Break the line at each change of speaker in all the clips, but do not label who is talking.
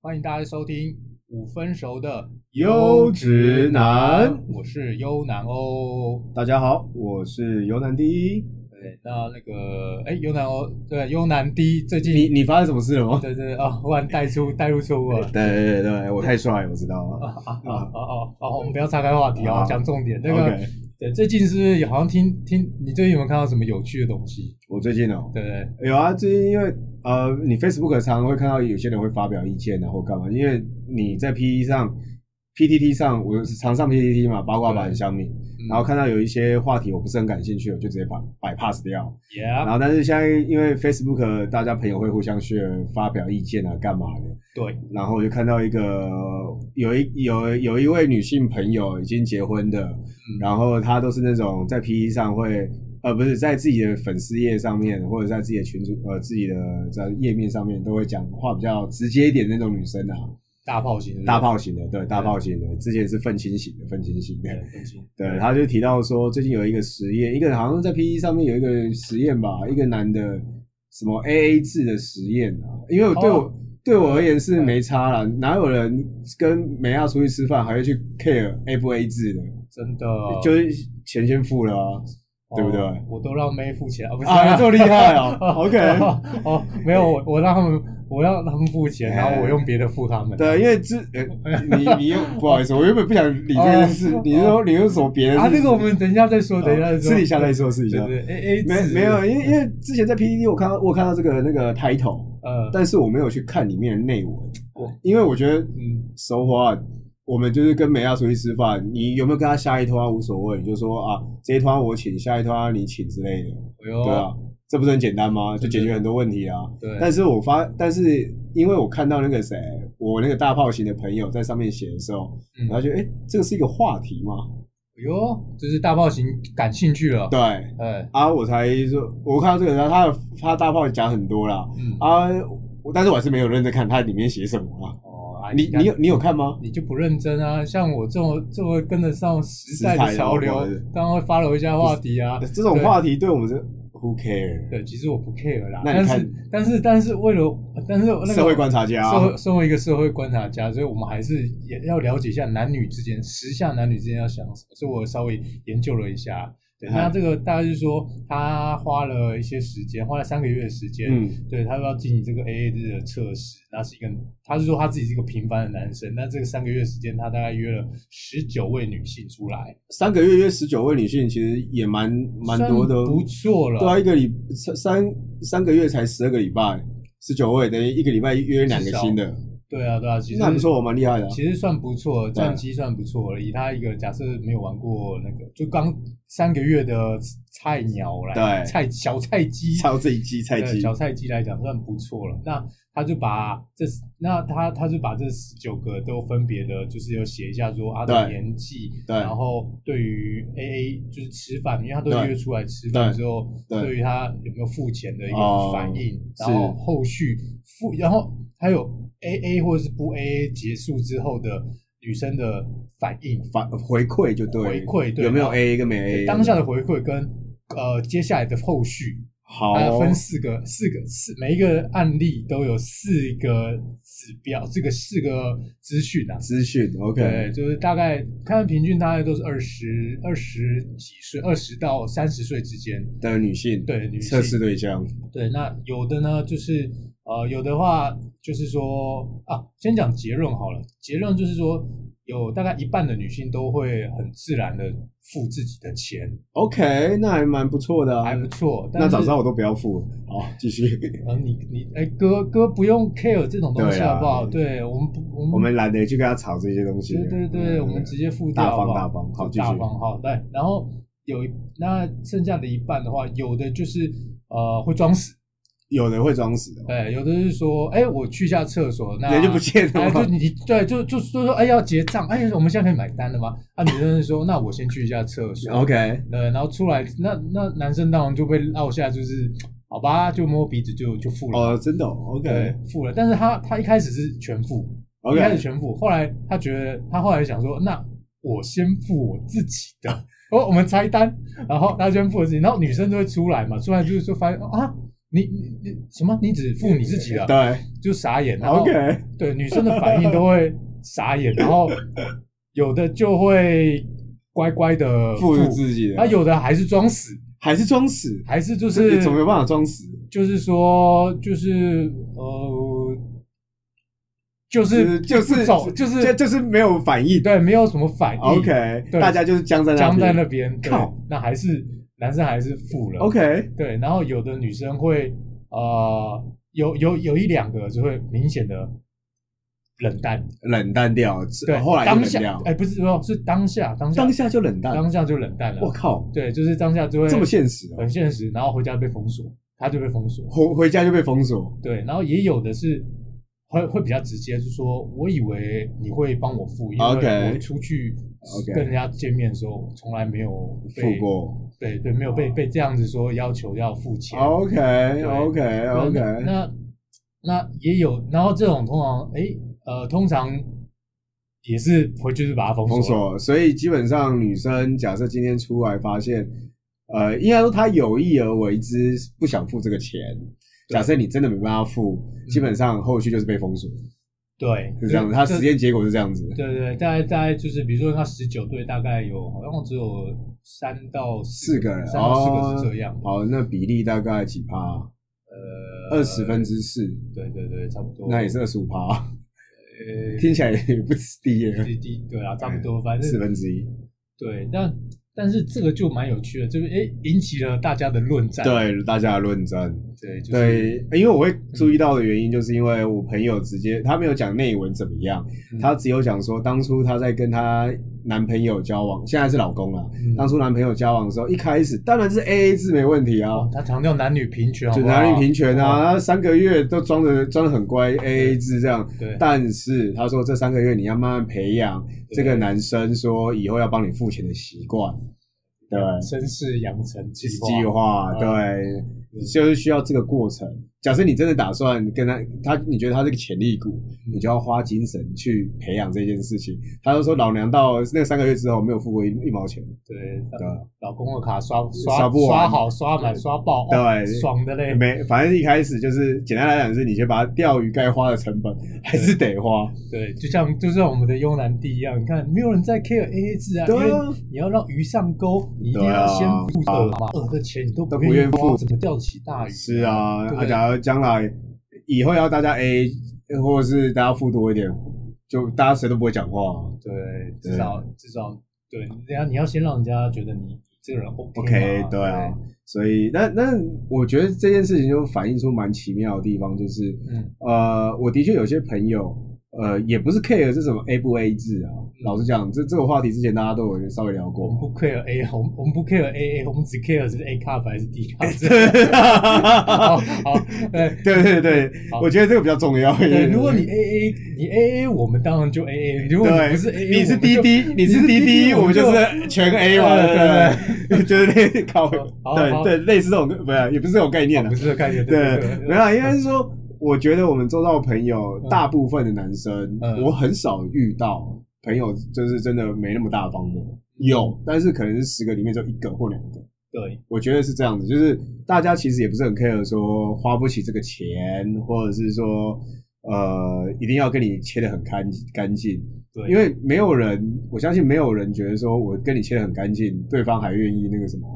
欢迎大家收听五分熟的
优质男，
我是优男欧。
大家好，我是尤南第一。
对，那那个哎，优男欧对优男 D 最
你
近
你发生什么事了吗？
对对啊，忽然带出带入错误了。
对对对对，我太帅了，我知道
啊
啊。
啊啊啊！好，我们不要岔开话题哦，
好
讲重点。那个
OK，
对，最近是不是好像听听你最近有没有看到什么有趣的东西？
我最近哦，
对不对？
有啊，最近因为呃，你 Facebook 常常会看到有些人会发表意见然后干嘛，因为你在 P E 上、PTT 上，我常上 PTT 嘛，八卦版
对
香米，
嗯
然后看到有一些话题我不是很感兴趣，我就直接把摆 pass 掉。然
，Yeah，
后但是现在因为 Facebook 大家朋友会互相 share 发表意见啊，干嘛的。
对，
然后我就看到一个有一有有一位女性朋友已经结婚的，然后她都是那种在 P E 上会呃不是在自己的粉丝页上面或者在自己的群组呃自己的在页面上面都会讲话比较直接一点那种女生啊，
大炮型，
大，炮型的对大炮型的，之前是愤青型的愤青型的
对，，分清
对，他就提到说，最近有一个实验，一个好像在 PE 上面有一个实验吧，一个男的什么 AA 制的实验啊，因为我对我、
哦
对我而言是没差啦，哪有人跟美亚出去吃饭还会去 care A 不 A 制的，
真的
就是钱先付了 啊，对不对
哦我都让妹付钱啊，不是
啊，这么厉害哦，OK，
哦，没有，我我让他们，我让他们付钱，
哎
然后我用别的付他们。
对，因为之呃，你你又不好意思，我原本不想理这件事，
哦
你是说你又什么别的
啊，
事
这个我们等一下再说，等一下再说，
哦私底下再说，私底
对
下。
对，A 哎 A
没没有，因为因为之前在 PPT 我看到我看到这个那个 title，
呃，
但是我没有去看里面的内文
我，
因为我觉得
嗯，
so what，我们就是跟美亚出去吃饭，你有没有跟他下一托啊无所谓，你就说啊这一托啊我请，下一托啊你请之类的，
哎呦
对啊，这不是很简单吗？就解决很多问题啊。
对，
但是我发，但是因为我看到那个谁，我那个大炮型的朋友在上面写的时候，
嗯
然后就哎、这个是一个话题吗？
哎呦，就是大炮型感兴趣了，
对
哎，
啊，我才说，我看到这个，然后他的他大炮讲很多啦
嗯，
啊，我但是我还是没有认真看他里面写什么啊。
哦，啊
你
看
你有你有看吗？
你就不认真啊！像我这种这么跟得上时代
时
的
代
潮流
的话对，
当然会 follow 一下话题啊。
这种话题对我们是 who care？
对，其实我不 care 啦，
那你
但
看
是但是但是为了但是那个
社会观察家啊，
社会身为一个社会观察家，所以我们还是也要了解一下男女之间，时下男女之间要想什么。所以我稍微研究了一下，对，那
嗯
这个大概就是说，他花了一些时间，花了三个月的时间，
嗯，
对他说要进行这个 AA 制的测试，那是一个，他是说他自己是一个平凡的男生，那这个三个月时间，他大概约了十九位女性出来，
三个月约十九位女性，其实也蛮蛮多的哦
算，不错了，
对啊，一个礼三三三个月才十二个礼拜，十九位等于一个礼拜约两个新的，
对啊，对啊，其实
那还不错，蛮厉害的啊。
其实算不错，
对
战绩算不错了。以他一个假设没有玩过那个，就刚三个月的菜鸟来，
对
菜小菜鸡，
超这一季菜
对
鸡，
小菜鸡来讲算不错了。那他就把这，那他他就把这十九个都分别的，就是有写一下说啊，
对
的年纪，
对
然后对于 A A 就是吃饭，因为他都
对
约出来吃饭
对
之后，
对
对于他有没有付钱的一个
哦
反应，
是
然后后续付，然后还有 A A 或者是不 A A 结束之后的女生的反应，
反回馈就对了，
回馈对
有没有
然后
A 跟没 A？
当下的回馈跟呃接下来的后续，
好
它
哦
分四个，四个四，每一个案例都有四个指标，这个四个资讯啊。
资讯
对，
，OK，
就是大概看平均，大概都是二十二十几岁，二十到三十岁之间。
的女性
对，女性
测试对象，
对，那有的呢，就是呃，有的话就是说啊，先讲结论好了。结论就是说，有大概一半的女性都会很自然的付自己的钱，
OK，那还蛮不错的啊，
还不错。但
那
是
早知道我都不要付了。好，继续，
呃，你你哎，哥哥不用 care 这种东西
对啊
好不好？对我们不，我们
我们懒得去跟他吵这些东西。
对对对，
嗯
我们直接付掉
大
好
方
不好
大方，好，
就
继续
大。方好，对。然后有一那剩下的一半的话，有的就是呃会装死，
有人会装死的，
对，有的是说，哎，我去一下厕所，那
人就不见了
哎，就
吗。
你对，就就说说，哎，要结账，哎，我们现在可以买单了吗？啊，女生就说，那我先去一下厕所，
OK，
对，然后出来，那那男生当然就被落下，就是好吧，就摸鼻子就就付了，
哦，真的
对
，OK，OK，，
付了。但是他他一开始是全付，一开始全付，后来他觉得他后来想说，那我先付我自己的，哦，我们拆单，然后他先付了自己，然后女生就会出来嘛，出来就是说发现哦啊，你你你什么？你只付你自己的，
对
就傻眼。然后
，OK，
对女生的反应都会傻眼，然后有的就会乖乖的
付自己的，
那有的还是装死，
还是装死，
还是就
就是怎么有办法装死？
就是说就是呃，就是
就
不
是
走就是
就就是没有反应。
对，没有什么反应。
OK，
对
大家就是僵在那
僵在那
边。
边，对
靠，
那还是男生还是付了。
OK，
对，然后有的女生会呃，有有有一两个就会明显的冷淡，
冷淡掉，
对，
呃后来就
当
冷
下
掉，，
哎，不是说，是当下，当下，
当下就冷淡。
当下就冷淡了。
我靠，
对，就是当下就会
这么现实哦！
很现实，然后回家被封锁，他就被封锁。
回回家就被封锁。
对，然后也有的是会会比较直接，就说我以为你会帮我付，因为
OK
我出去
OK
跟人家见面的时候，从来没有
付
被
过
对对，没有被、
哦
被这样子说要求要付钱。
，OK
对
OK
那
OK，
那那也有，然后这种通常哎呃，通常也是回去就把它封
封
锁了。
锁。所以基本上女生假设今天出来发现，呃，应该说她有意而为之，不想付这个钱。
对嗯
假设你真的没办法付，基本上后续就是被封锁，
对，
是这样子。她实
验
验结果是这样子。
对对，大概大概就是比如说他十九队大概有好像只有三到
四个人，
三到四
哦
个是这样。
好，那比例大概几趴？
呃，
二十分之四，
对对对，差不多。
那也是二十五趴，
呃，
听起来也不低耶，
滴滴对啊，差不多，反
四
正
分之一。
对，但但是这个就蛮有趣的，就是诶引起了大家的论战。
对，大家的论战。
对，就是嗯
对，因为我会注意到的原因，就是因为我朋友直接他没有讲内文怎么样，
嗯
他只有讲说当初他在跟他男朋友交往，现在是老公了。
嗯
当初男朋友交往的时候，一开始当然是 A A 制没问题啊
哦，他强调男女平权，
就
好不好
男女平权
哦
啊，他三个月都装的装的很乖，A A 制这样。
对，
但是他说这三个月你要慢慢培养
对
这个男生说以后要帮你付钱的习惯，对，
绅士养成计
计
划，
划，
嗯
对，就是需要这个过程。假设你真的打算跟他，他你觉得他是个潜力股，
嗯
你就要花精神去培养这件事情。他就说老娘到那三个月之后没有付过一一毛钱，
对，
对
老公的卡刷刷
刷不完
刷好刷满刷爆，哦
对
爽的嘞，
没，反正一开始就是简单来讲，是你先把它钓鱼该花的成本还是得花，
对，就像就像我们的慵懒地一样，你看没有人在 care AA 制啊，因
对啊
为你要让鱼上钩，你一定
对啊
要先付饵嘛，饵的钱你都
都
不
不愿
愿
意
意
付
付，怎么钓起大鱼？
是啊，
对不
啊，
对
假如将来以后要大家 A，或者是大家付多一点，就大家谁都不会讲话。啊
对，
对
至少至少对，人家你要先让人家觉得你这个人 OK 嘛
OK，对啊，所以那那我觉得这件事情就反映出蛮奇妙的地方，就是
对嗯，
呃，我的确有些朋友呃也不是 care 这什么 A 不 A 制啊。老实讲，这这个话题之前大家都有稍微聊
我
过
们。不 care A，我们我们不 care AA，我们只 care 是 A cup 还是 D cup。好，
对
好，对
对对，
好
我觉得这个比较重要一点。
对，如果你 AA，你 AA，我们当然就 AA；如果你
对，
不是 AA，
你是
我们
滴
就
滴，你是滴滴，我们就是全 A 嘛，对不对？ 就是那考，
好
对
好
对，类似这种，不是也不是这种概念啊
哦
的
不，是这个概念，
对
对，对
没有啦，啊应该是说，我觉得我们周遭的朋友，
嗯
大部分的男生，
嗯
我很少遇到朋友就是真的没那么大方的，
嗯
有，但是可能是十个里面只有一个或两个。
对，
我觉得是这样子，就是大家其实也不是很 care 说花不起这个钱，或者是说呃一定要跟你切的很干干净，
对
因为没有人，我相信没有人觉得说我跟你切的很干净，对方还愿意那个什么，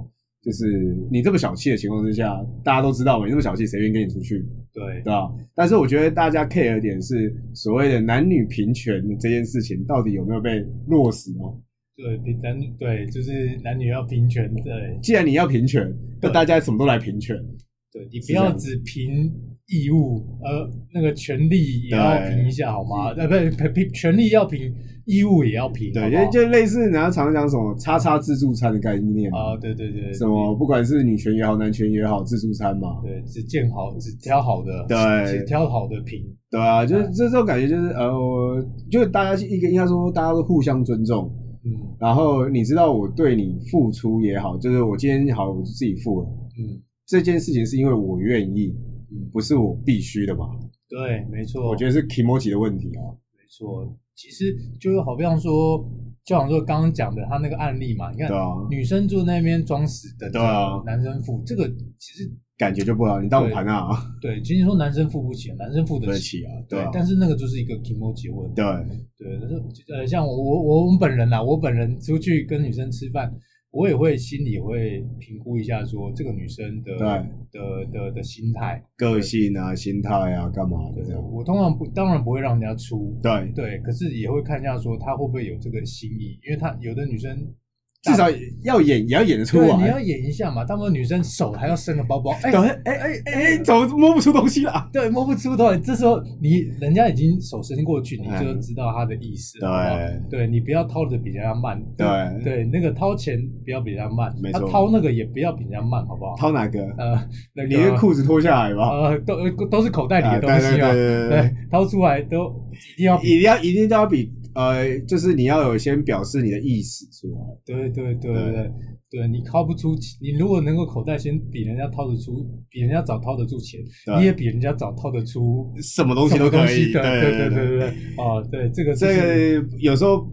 就是你这么小气的情况之下，大家都知道嘛，你这么小气，谁愿意跟你出去，
对
对吧？但是我觉得大家 care 的点是所谓的男女平权这件事情到底有没有被落实哦？
对，平男女对，就是男女要平权，对
既然你要平权，那
对
大家什么都来平权。
对，你
是
不
这
要
样
只凭义务，呃，那个权利也要
对
平一下好吗？呃，不，平权利要平，义务也要平，
对，
好不好
就就类似人家常讲什么“叉叉自助餐”的概念
啊，对对对，
什么不管是女权也好，男权也好，自助餐嘛，
对，只见好，只挑好的，
对
只挑好的平，
对啊，就是
嗯
这这种感觉就是呃，我就是大家一个应该说大家都互相尊重，
嗯
然后你知道我对你付出也好，就是我今天好我自己付了
嗯
这件事情是因为我愿意，
嗯，
不是我必须的嘛，
对，没错，
我觉得是 k i m o j i 的问题啊，
没错，其实就好像说，就好像说刚刚讲的他那个案例嘛，你看
对啊，
女生坐那边装死等
对啊
着男生付，这个其实
感觉就不好。你当我盘啊，
对，其实说男生付不起，男生付
对不
得起，
起啊，
对，
啊，
但是那个就是一个 emoji 问题。
对，
对，但是呃，像我我我我们本人啦，我本人出去跟女生吃饭，我也会心里会评估一下说，这个女生的的的的心态。
个性啊、心态啊、干嘛的这
对，
样，
我通常不当然不会让人家出，
对，
对，可是也会看一下说她会不会有这个心意，因为她有的女生
至少要演也要演得出
对你
来
要。演一下嘛，大部分女生手还要伸个包包，哎、
对，哎哎哎，怎么摸不出东西啦？
对，摸不出头。这时候你人家已经手伸过去，你
嗯
就知道他的意思。
对
好不好对你不要掏的比人家慢。
对
对，那个掏钱不要比人家慢
没，
他
错
掏那个也不要比人家慢，好不好？
掏哪个？
呃，那个
你的裤子脱下来吧。
呃都呃都是口袋里
啊
的
对
东西
对
嘛，
对对对，
掏出来都一定要比。
一定要一定都要比呃，就是你要有先表示你的意思出来。
对对对对
对
对，对你掏不出，你如果能够口袋先比人家掏得出，比人家早掏得住钱，
对
你也比人家早掏得出
什么东西
什么
都
东
可
西
以。
的。对对
对
对对，哦，对这个事情
这个有时候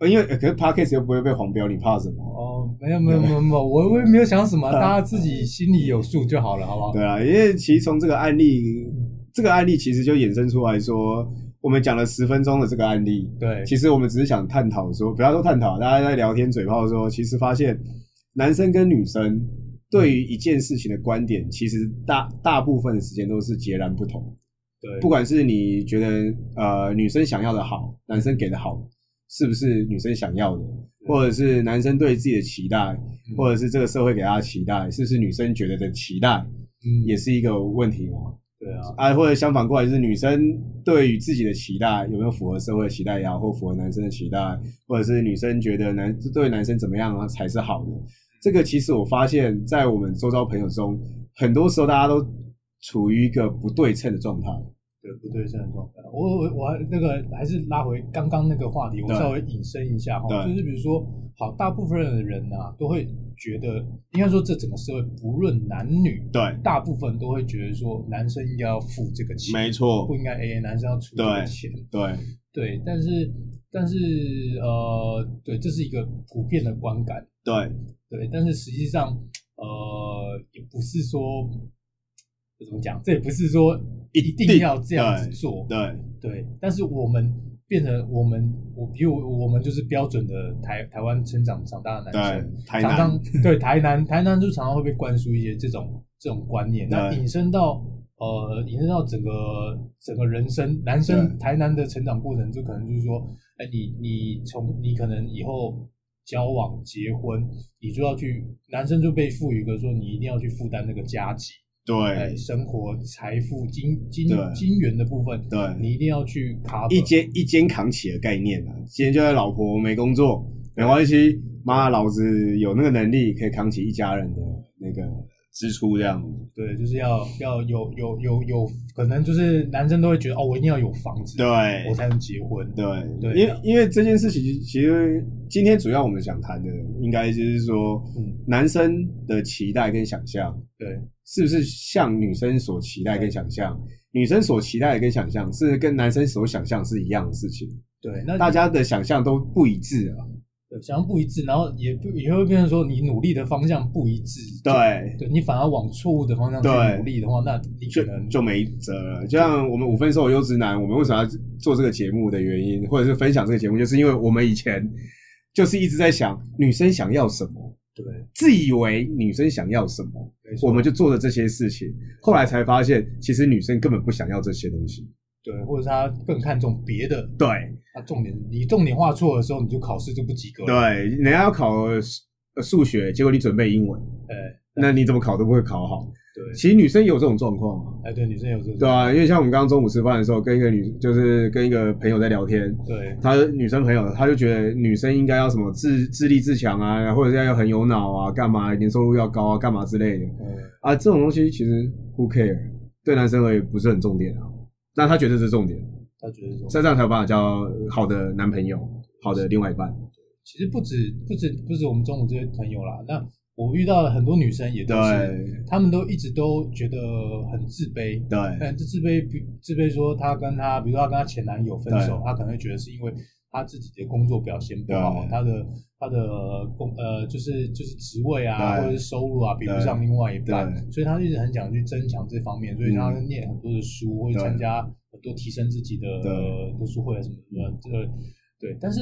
呃因为呃可是 podcast 又不会被黄标，你怕什么？
哦，没有没有没有没 有，我我也没有想什
啊
么，大家自己心里有数就好了，好不好？
对啊，因为其实从这个案例，这个案例其实就衍生出来说，我们讲了十分钟的这个案例，
对
其实我们只是想探讨说，不要说探讨，大家在聊天嘴炮的时候，其实发现男生跟女生对于一件事情的观点，其实大大部分的时间都是截然不同。
对
不管是你觉得呃女生想要的好，男生给的好，是不是女生想要的，或者是男生对自己的期待，
嗯
或者是这个社会给他的期待，是不是女生觉得的期待，
嗯
也是一个问题嘛？
对啊，
啊，或者相反过来，就是女生对于自己的期待有没有符合社会的期待也好，或符合男生的期待，或者是女生觉得男对男生怎么样啊才是好的？这个其实我发现，在我们周遭朋友中，很多时候大家都处于一个不对称的状态。
对不对称的状态。我我我还那个还是拉回刚刚那个话题，我
对
稍微引申一下哈，
对
就是比如说，好，大部分的人呐、都会觉得，应该说这整个社会不论男女，
对，
大部分都会觉得说男生应该要付这个钱，
没错
不，应该 A A 男生要出这个
对
钱。
对
对，但是但是呃，对，这是一个普遍的观感。
对
对，但是实际上，呃，也不是说这怎么讲，这也不是说一定
定
要这样子做，
对
对。但是我们变成我们，我比如我们就是标准的台台湾成长长大的男生，
对，台
常
南
常对台南，台南就常常会被灌输一些这种这种观念，那
对
引申到呃，引申到整个整个人生，男生
对
台南的成长过程，就可能就是说，哎，你你从你可能以后交往结婚，你就要去，男生就被赋予一个说，你一定要去负担那个家计，哎，
对
生活、财富、金金
对
金源的部分，
对
你一定要去 cover，
一肩一肩扛起的概念啊。今天就在老婆没工作没关系，妈老子有那个能力可以扛起一家人的那个支出这样。
对，就是要要有有有有，可能就是男生都会觉得哦，我一定要有房子，
对
我才能结婚。
对
对
因为因为这件事情其实今天主要我们想谈的，应该就是说
嗯，
男生的期待跟想象。
对
是不是像女生所期待跟想象？女生所期待跟想象是跟男生所想象是一样的事情，
对，那
大家的想象都不一致啊。
对想要不一致，然后也不也会变成说你努力的方向不一致，
对，
对你反而往错误的方向去
对
努力的话，那你可
就
能
就没辙了。就像我们五分瘦的优质男，我们为什么要做这个节目的原因，或者是分享这个节目，就是因为我们以前就是一直在想女生想要什么，
对，
自以为女生想要什么，
没错
我们就做了这些事情。后来才发现，其实女生根本不想要这些东西。
对，或者是他更看重别的，
对
他重点你重点画错的时候，你就考试就不及格了。
对，人家要考呃数学，结果你准备英文。
对，
那你怎么考都不会考好。
哎对，
其实女生也有这种状况啊，
哎，对，女生有这
对
种，
啊，因为像我们刚刚中午吃饭的时候，跟一个女，就是跟一个朋友在聊天，
对
她女生朋友，她就觉得女生应该要什么自自立自强啊，或者是要很有脑啊，干嘛年收入要高啊，干嘛之类的
嗯，
啊，这种东西其实 who care，对男生而言不是很重点啊，但她觉得这是重点，
他觉得说，
在这样才有办法交好的男朋友，好的另外一半。
其实不止不止不止我们中午这些朋友啦，那我遇到了很多女生也都是，
对
她们都一直都觉得很自卑。
对
但这自卑不自卑说她跟她，比如说她跟她前男友分手，她可能会觉得是因为她自己的工作表现不好，
对
她的她的呃工呃就是就是职位啊
对
或者是收入啊比不
对
上另外一半，
对
所以她一直很想去增强这方面，所以她念很多的书或者
嗯对
参加很多提升自己的
对嗯
呃读书会啊什么的，这个对。但是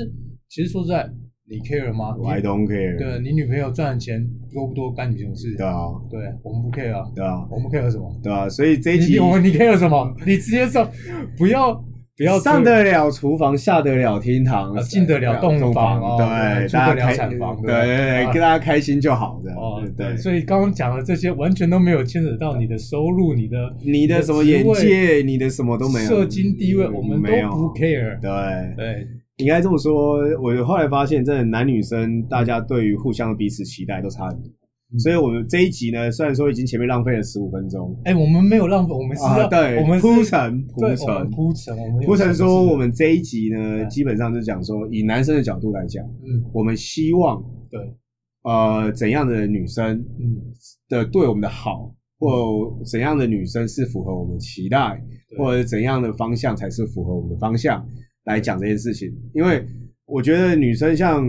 其实说实在，你 care 吗？你
，I don't care，
对你女朋友赚的钱多不多干你什么事？
对啊，
对，我们不 care 啊，
对啊，
我们 care 什么？
对啊，所以这一集
你我们你 care 什么？你直接上，不要不要
上得了厨房，下得了厅堂
啊，进得了洞
洞
房哦
对，
出得
大
了
家开
产房
对
对
对对，
啊
跟大家开心就好，这样
哦，
对。
所以刚刚讲的这些完全都没有牵扯到你的收入、你的
你的什么眼界，你的什么都没有，嗯
社经地位，我们都
没有啊
不 care。
对，
对，
应该这么说。我后来发现，真的男女生大家对于互相彼此期待都差很多。
嗯
所以，我们这一集呢，虽然说已经前面浪费了十五分钟
哎，我们没有浪费，我们是要
啊，对，
我们是
铺
对
陈铺
我们
陈
铺陈，我们有
铺陈
什么
说，
事
我们这一集呢，
嗯
基本上就是讲说，以男生的角度来讲，
嗯，
我们希望
对，
呃怎样的女生
嗯，
的对我们的好，或怎样的女生是符合我们期待，
对
或者怎样的方向才是符合我们的方向来讲这件事情。因为我觉得女生像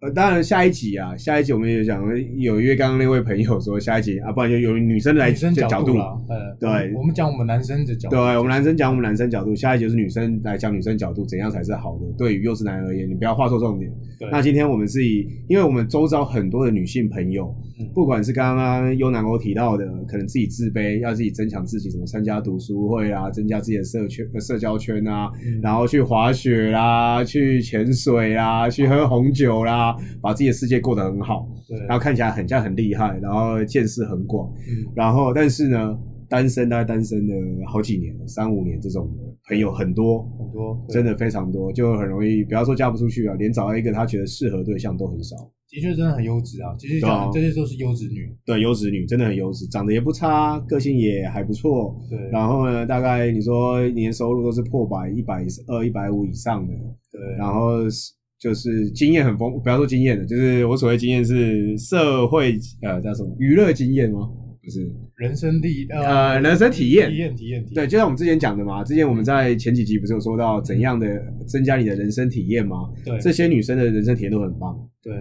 呃，当然下一集啊，下一集我们也讲有约刚刚那位朋友说下一集啊，不然就由女生来
女生
角
角度
了。
啦，呃，
对
我们讲我们男生的角度，
对我们男生讲我们男生角度，下一集就是女生来讲女生角度，怎样才是好的？对于幼稚男而言，你不要画错重点。
对，
那今天我们是以，因为我们周遭很多的女性朋友，
嗯
不管是刚刚优南欧提到的，可能自己自卑，要自己增强自己，什么参加读书会啊，增加自己的社圈、呃社交圈啊，
嗯
然后去滑雪啦，去潜水啦，去喝红酒啦，把自己的世界过得很好，
对，
然后看起来很像很厉害，然后见识很广，
嗯
然后但是呢，单身大概单身了好几年了，三五年这种的朋友很多，
很多对
真的非常多，就很容易，不要说嫁不出去啊，连找到一个他觉得适合对象都很少。
的确真的很优质啊，其实
对啊
讲这些都是优质女，
对，优质女真的很优质，长得也不差，个性也还不错。
对，
然后呢，大概你说年收入都是破百、一百二、一百五以上的，
对，
然后是就是经验很丰，不要说经验的，就是我所谓经验是社会呃叫什么娱乐经验吗？不是，
人生历
呃，人生体验
体。验体验体
对，
验，
就像我们之前讲的嘛，之前我
嗯
们在前几集不是有说到怎样的增加你的人生体验吗？
对
这些女生的人生体验都很棒。
对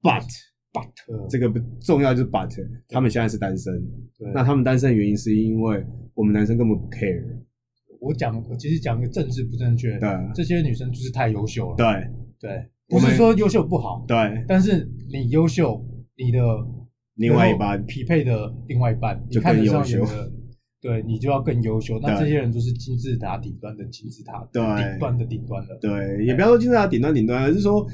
But but
呃
这个不重要就是 but，他们现在是单身，
对
那他们单身的原因是因为我们男生根本不 care，
我讲我其实讲个政治不正确，
对
这些女生就是太优秀了，
对
对，
我
不
们
是说优秀不好，
对，
但是你优秀，你的
另外一半
然后匹配的另外一半，你
就更
看得上眼
优
的，对你就要更优秀。那
对
这些人就是金字塔顶端的金字塔，
对
顶端的顶端的，
对，也不要说金字塔顶端顶端，而是说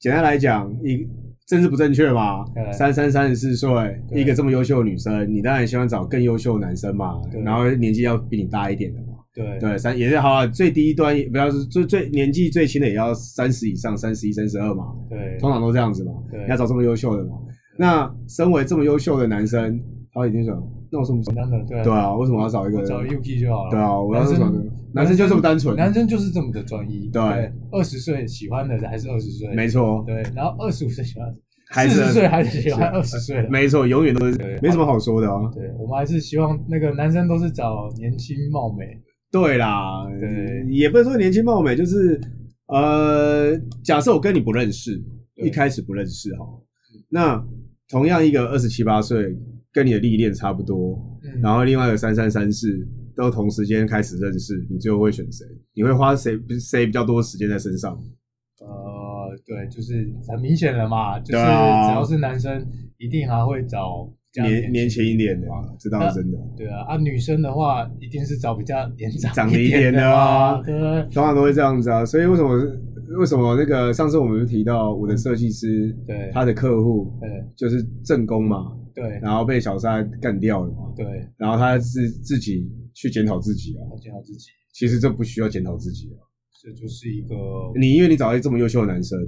简单来讲，一政治不正确嘛
对，
三三三十四岁，
对
一个这么优秀的女生，你当然希望找更优秀的男生嘛
对，
然后年纪要比你大一点的嘛。
对
对，三也是好啊，最低端也不要是最最年纪最轻的也要三十以上，三十一、三十二嘛，
对
通常都这样子嘛。
对
你要找这么优秀的嘛。那身为这么优秀的男生，他一定想，那我什么？
简单的，对啊
对啊，为什么要找一个？
我找 UK 就好了。
对啊，我要
男
是
生
找一个男生就这么单纯，
男生就是这么的专一。
对，
二十岁喜欢的还是二十岁，
没错，
对，然后二十五岁喜欢，
还
四十
是
岁还是喜欢二十岁的。
没错，永远都是
对
没什么好说的啊。
对，我们还是希望那个男生都是找年轻貌美，
对啦，
对
也不能说年轻貌美，就是呃，假设我跟你不认识，
对
一开始不认识哈，那同样一个二十七八岁，跟你的历练差不多，
嗯
然后另外一个三三三四都同时间开始认识，你最后会选谁？你会花谁谁比较多时间在身上？
呃，对，就是很明显了嘛，就是
对
只
啊
要是男生，一定还会找比较
年年轻一点的
的嘛，，
这倒是真的。
对啊，啊，女生的话一定是找比较年
长
长
得一点
点
的啊
嘛，对不对
通常都会这样子啊，所以为什么为什么那个上次我们提到我的设计师，
对
他的客户
对
就是正宫嘛，
对
然后被小三干掉了嘛，
对，
然后他自自己去检讨自己啊，
要检讨自己，
其实这不需要检讨自己啊，
这就是一个
你因为你找到这么优秀的男生，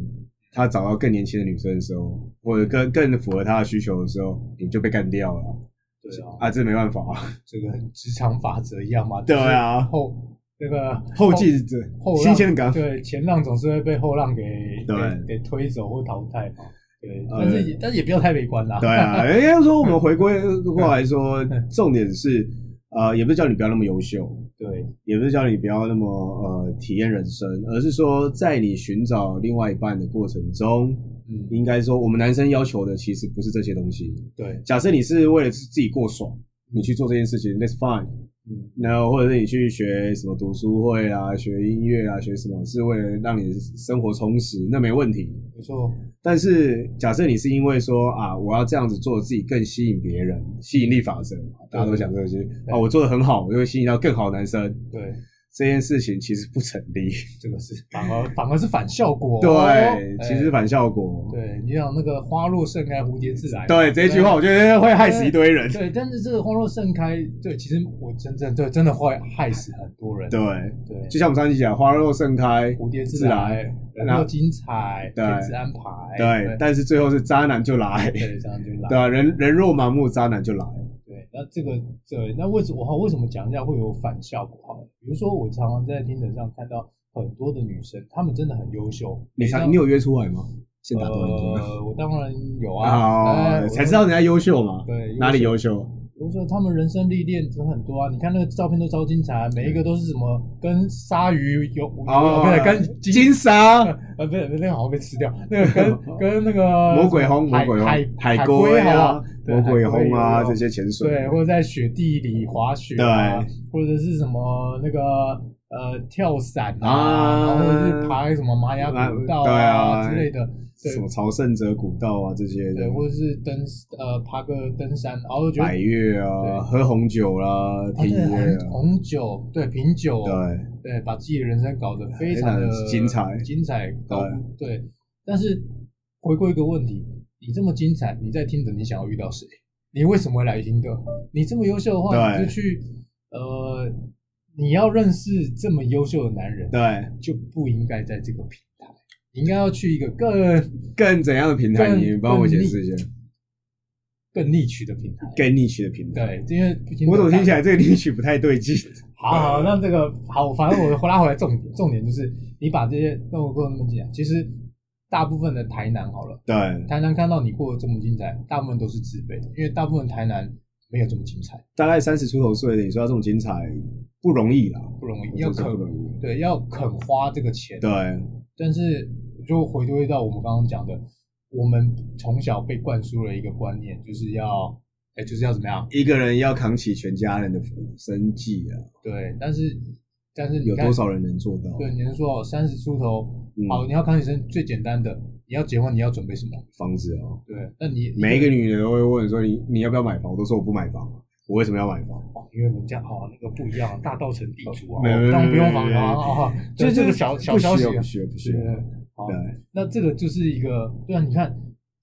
他找到更年轻的女生的时候，或者更更符合他的需求的时候，你就被干掉了
对啊，
啊，这没办法啊，
这个职场法则一样嘛，
对啊
就是后那个
后继者
后浪
新鲜感，
对前浪总是会被后浪给
对呃
给给推走或淘汰嘛，对，但是也、但是也不要太悲观啦。
对 啊，应该说我们回归过来说，重点是呃，也不是叫你不要那么优秀，
对
也不是叫你不要那么呃体验人生，而是说在你寻找另外一半的过程中，
嗯，
应该说我们男生要求的其实不是这些东西。
对，
假设你是为了自己过爽，你去做这件事情，that's fine。
嗯，
那或者是你去学什么读书会啊、学音乐啊、学什么，是为了让你的生活充实，那没问题。
没错，
但是假设你是因为说啊，我要这样子做，自己更吸引别人，吸引力法则嘛，大家都讲这个就是
嗯
啊，我做的很好，我就会吸引到更好的男生。
对，
这件事情其实不成立，
这个是反而 反而是反效果哦。
对，
哎
其实反效果。
对你想那个花落盛开，蝴蝶自来嘛。
对这一句话，我觉得会害死一堆人。
对，但是这个花落盛开，对，其实我真正对真的会害死很多人。
对，
对，
就像我们上期讲，花落盛开，
蝴蝶自
自来
来，
然
然后
后
精彩，
对
天子安排，
对，但是最后是渣男就来，
哎对，这样就来
对。啊，人人若盲目，渣男就来。
对，那这个对，那为什么我为什么讲一下会有反效果？好了，比如说我常常在听诊上看到很多的女生，她们真的很优秀。
你
才
才你有约出来吗？先打断一下。
呃，我当然有啊，
啊，
哎
才知道人家优秀嘛，
对
哪里
秀
优秀？
我说他们人生历练真的很多啊，你看那个照片都超精彩啊，每一个都是什么跟鲨鱼游，
嗯哦，
不是跟
金沙
呃不是那个好像被吃掉，那个 跟跟那个
魔鬼红、魔
海
鬼红
海、
海
龟
龟啊、
对
魔鬼红
海龟
啊
游
这些潜水，
对，或者在雪地里滑雪啊，或者是什么那个呃跳伞啊，
啊
然后或者是爬什么玛雅古道
啊对啊
之类的，
什
对
么朝圣者古道啊这些的
对，，或者是登呃爬个登山，然后觉得哦
百越
对
啊，喝红酒啦，
啊对
听音乐
红
啊，
红酒对品酒哦
对，
对，把自己的人生搞得非常的
非常精彩
精彩高对。但是回归一个问题，你这么精彩，你在听着，你想要遇到谁？你为什么会来听的？你这么优秀的话，
对
你就去呃，你要认识这么优秀的男人，
对，
就不应该在这个平台，你应该要去一个更
更怎样的平台？
更
你帮我解释一下，
更逆取的平台。
更 niche 的平台。
对，因为毕竟
我总听起来这个 niche 不太 对劲。
好好，那这个好，反正我回拉回来重点，重点就是你把这些那我跟我们讲，其实大部分的台南好了，
对，
台南看到你过得这么精彩，大部分都是自卑的，因为大部分台南没有这么精彩，
大概三十出头岁的，你说要这么精彩不容易啦，
不容易，
我
要
真是
肯
不容易。
对要肯花这个钱，
对，
但是就回归到我们刚刚讲的，我们从小被灌输了一个观念，就是要哎就是要怎么样，
一个人要扛起全家人的生计啊，
对，但是但是你
有
看
多少人能做到？
对，你是说三十出头，
嗯
好，你要康起身最简单的，你要结婚你要准备什么？
房子啊，
对，那你
每一个女人都会问说你你要不要买房？我都说我不买房，我为什么要买房？
哦，因为人家哦那个不一样，大道城地主啊，
没有
哦当然不用房
没有没有
啊，就这个小小
不需
消息
要
啊
不，需要不需
对
要。
对对好，
对，
那这个就是一个对啊，你看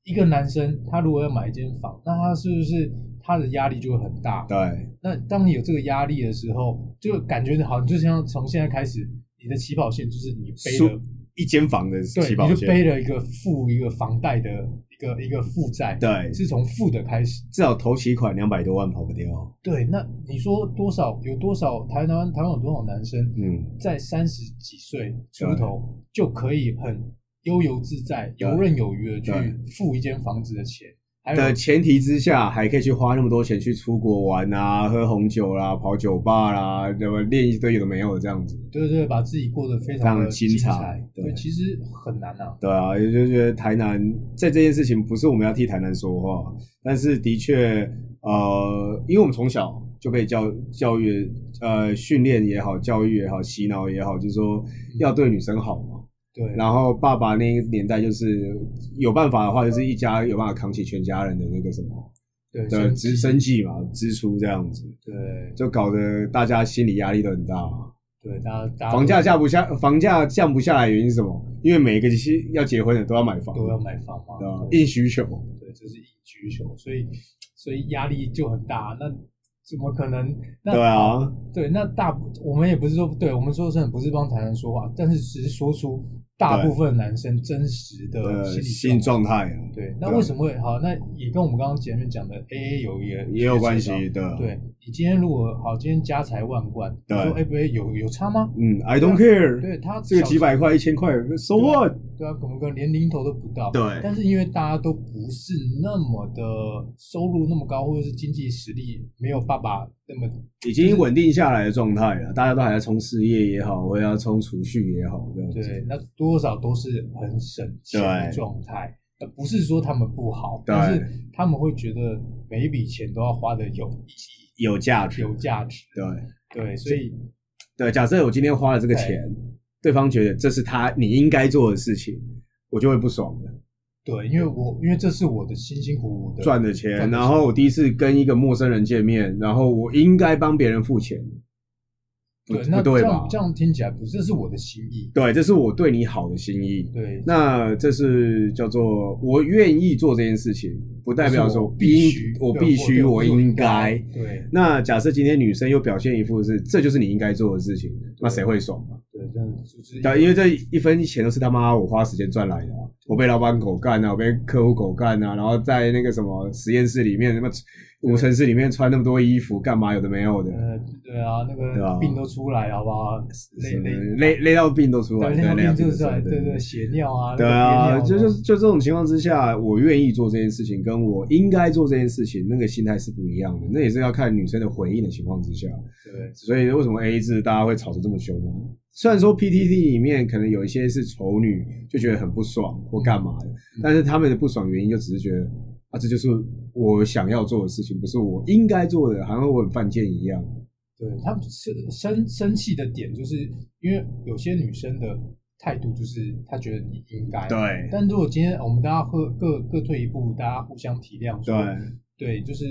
一个男生他如果要买一间房，那他是不是他的压力就会很大？
对，
那当你有这个压力的时候，就感觉好，你就像从现在开始，你的起跑线就是你背
输
了。
一间房的起
对，
跑
你就背
线，
了一个负一个房贷的一个一个负债，
对
是从负的开始。
至少头期款两百多万跑不掉。
对，那你说多少有多少台湾台湾有多少男生
嗯，
在三十几岁出头就可以很悠游自在、游刃有余的
对
去付一间房子的钱？还有
的前提之下，还可以去花那么多钱去出国玩啊，喝红酒啦，跑酒吧啦，对吧？练一堆有的没有的这样子。
对对，把自己过得非
非常
的
的精
精
彩
对，
对
其实很难啊。
对啊，也就觉得台南在这件事情不是我们要替台南说话，但是的确，呃，因为我们从小就被教教育，呃，训练也好，教育也好，洗脑也好，就是说要对女生好嘛。
对，
然后爸爸那个年代就是有办法的话，就是一家有办法扛起全家人的那个什么
对，
的
生
支
计
生计嘛，支出这样子，
对
就搞得大家心理压力都很大。
对，大家大家
房价降不下，房价降不下来的原因是什么？因为每一个要结婚的都要买房，
都要买房嘛，
啊，
对
硬需求，
对，这是一局球，所以所以压力就很大。那怎么可能？那
对啊，
对那大我们也不是说，对我们说真的不是帮台湾说话，但是只是说出大部分男生真实的
呃，
啊心
心
理
理
状
状态啊
态。对，那
对啊
为什么会好？那也跟我们刚刚前面讲的 AA 有也
也有关系。的。，啊
对你今天如果好，今天家财万贯，你
对
说 AA 有有差吗？
嗯，I don't care，
对他
这个
小
几百块、一千块，so
对啊
what？
对啊，可能可能连零头都不到。
对
但是因为大家都不是那么的收入那么高，或者是经济实力没有爸爸那么
已经稳定下来的状态了，大家都还在冲事业也好，或者要冲储蓄也好，这样子。
对，那多少都是很省钱的
对
状态。呃不是说他们不好，
对
但是他们会觉得每一笔钱都要花的有意义、
有价值。
有价值。
对
对，所以
对，假设我今天花了这个钱，对方觉得这是他你应该做的事情，我就会不爽的。
对，因为我因为这是我的辛辛苦苦的
赚的钱，
赚的钱
然后我第一次跟一个陌生人见面，然后我应该帮别人付钱，不
对，那
不对
这
吧
样？这样听起来不是，这是我的心意。
对，这是我对你好的心意。
对，
那这是叫做我愿意做这件事情，不代表
不是
说
我必须
应，我必须，我应该。
对
那假设今天女生又表现一副是这就是你应该做的事情，那谁会爽啊？
对，这样就是一个
对啊，因为这一分钱都是他妈我花时间赚来的、啊，我被老板狗干啊，我被客户狗干啊，然后在那个什么实验室里面，什么无尘室里面穿那么多衣服干嘛？有的没有的，
呃，对啊，那
对啊
个病都出来了，好不好？累
什么
累
累累到病都出来，
对，
对
那个
累到
病就
病都
是
出来，
对对血尿啊，
对
那
啊，
个憋
就
尿
就
啊
就这种情况之下，我愿意做这件事情，跟我应该做这件事情，那个心态是不一样的。那也是要看女生的回应的情况之下。
对
所以为什么 A A 制大家会吵得这么凶呢？虽然
嗯
说 P T T 里面可能有一些是丑女，就觉得很不爽或
嗯
干嘛的，但是他们的不爽原因就只是觉得啊，这就是我想要做的事情，不是我应该做的，好像我很犯贱一样。
对，他们生生生气的点，就是因为有些女生的态度就是她觉得你应该，
对
但如果今天我们大家各各各退一步，大家互相体谅，
对
说对，就是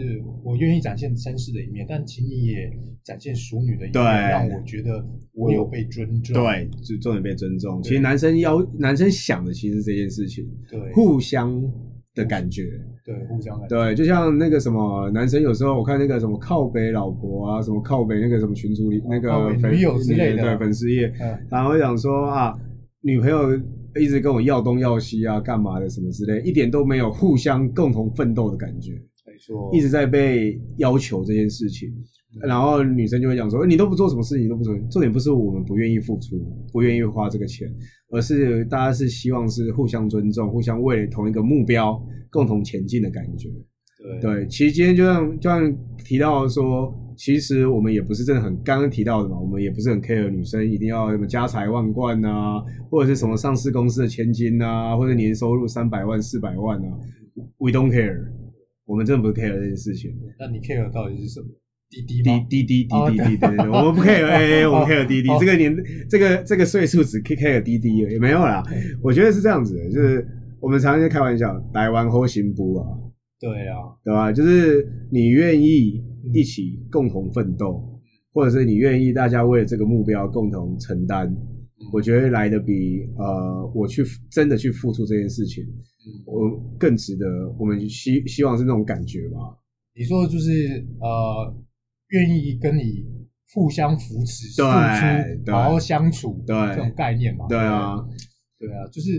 我愿意展现绅士的一面，但请你也展现淑女的一面，
对
让我觉得我有被尊重，
对，就重点被尊重。
对
其实男生要男生想的其实是这件事情，
对
互相的感觉。
对，互相感
对，就像那个什么男生有时候我看那个什么靠北老婆啊，什么靠北那个什么群主里那
靠
个
北
粉
女友之类的
对粉丝页，
嗯，
然后想说啊，女朋友一直跟我要东要西啊，干嘛的什么之类，一点都没有互相共同奋斗的感觉，
没错，
一直在被要求这件事情。然后女生就会讲说，哎你都不做什么事情，你都不做。重点不是我们不愿意付出，不愿意花这个钱，而是大家是希望是互相尊重，互相为了同一个目标共同前进的感觉。
对
对，其实今天就像就像提到说，其实我们也不是真的很刚刚提到的嘛，我们也不是很 care 女生一定要什么家财万贯啊，或者是什么上市公司的千金啊，或者年收入三百万四百万啊，we don't care，我们真的不 care 这件事情。
那你 care 到底是什么？滴滴
滴
吗？
滴滴滴
哦
滴滴，对 对对，我们不 care AA，我们 care 滴滴
哦。
这个年这个这个岁数只 care 滴滴也没有啦。我觉得是这样子的，就是我们常常在开玩笑，台湾后行不啊。
对啊，
对吧？就是你愿意一起共同奋斗，或者是你愿意大家为了这个目标共同承担，我觉得来的比呃我去真的去付出这件事情，
嗯
我更值得。我们希希望是那种感觉吧。
你说就是呃，愿意跟你互相扶持、付
对
出，
对
好好相处，
对
这种概念嘛。
对啊，
对，对啊，就是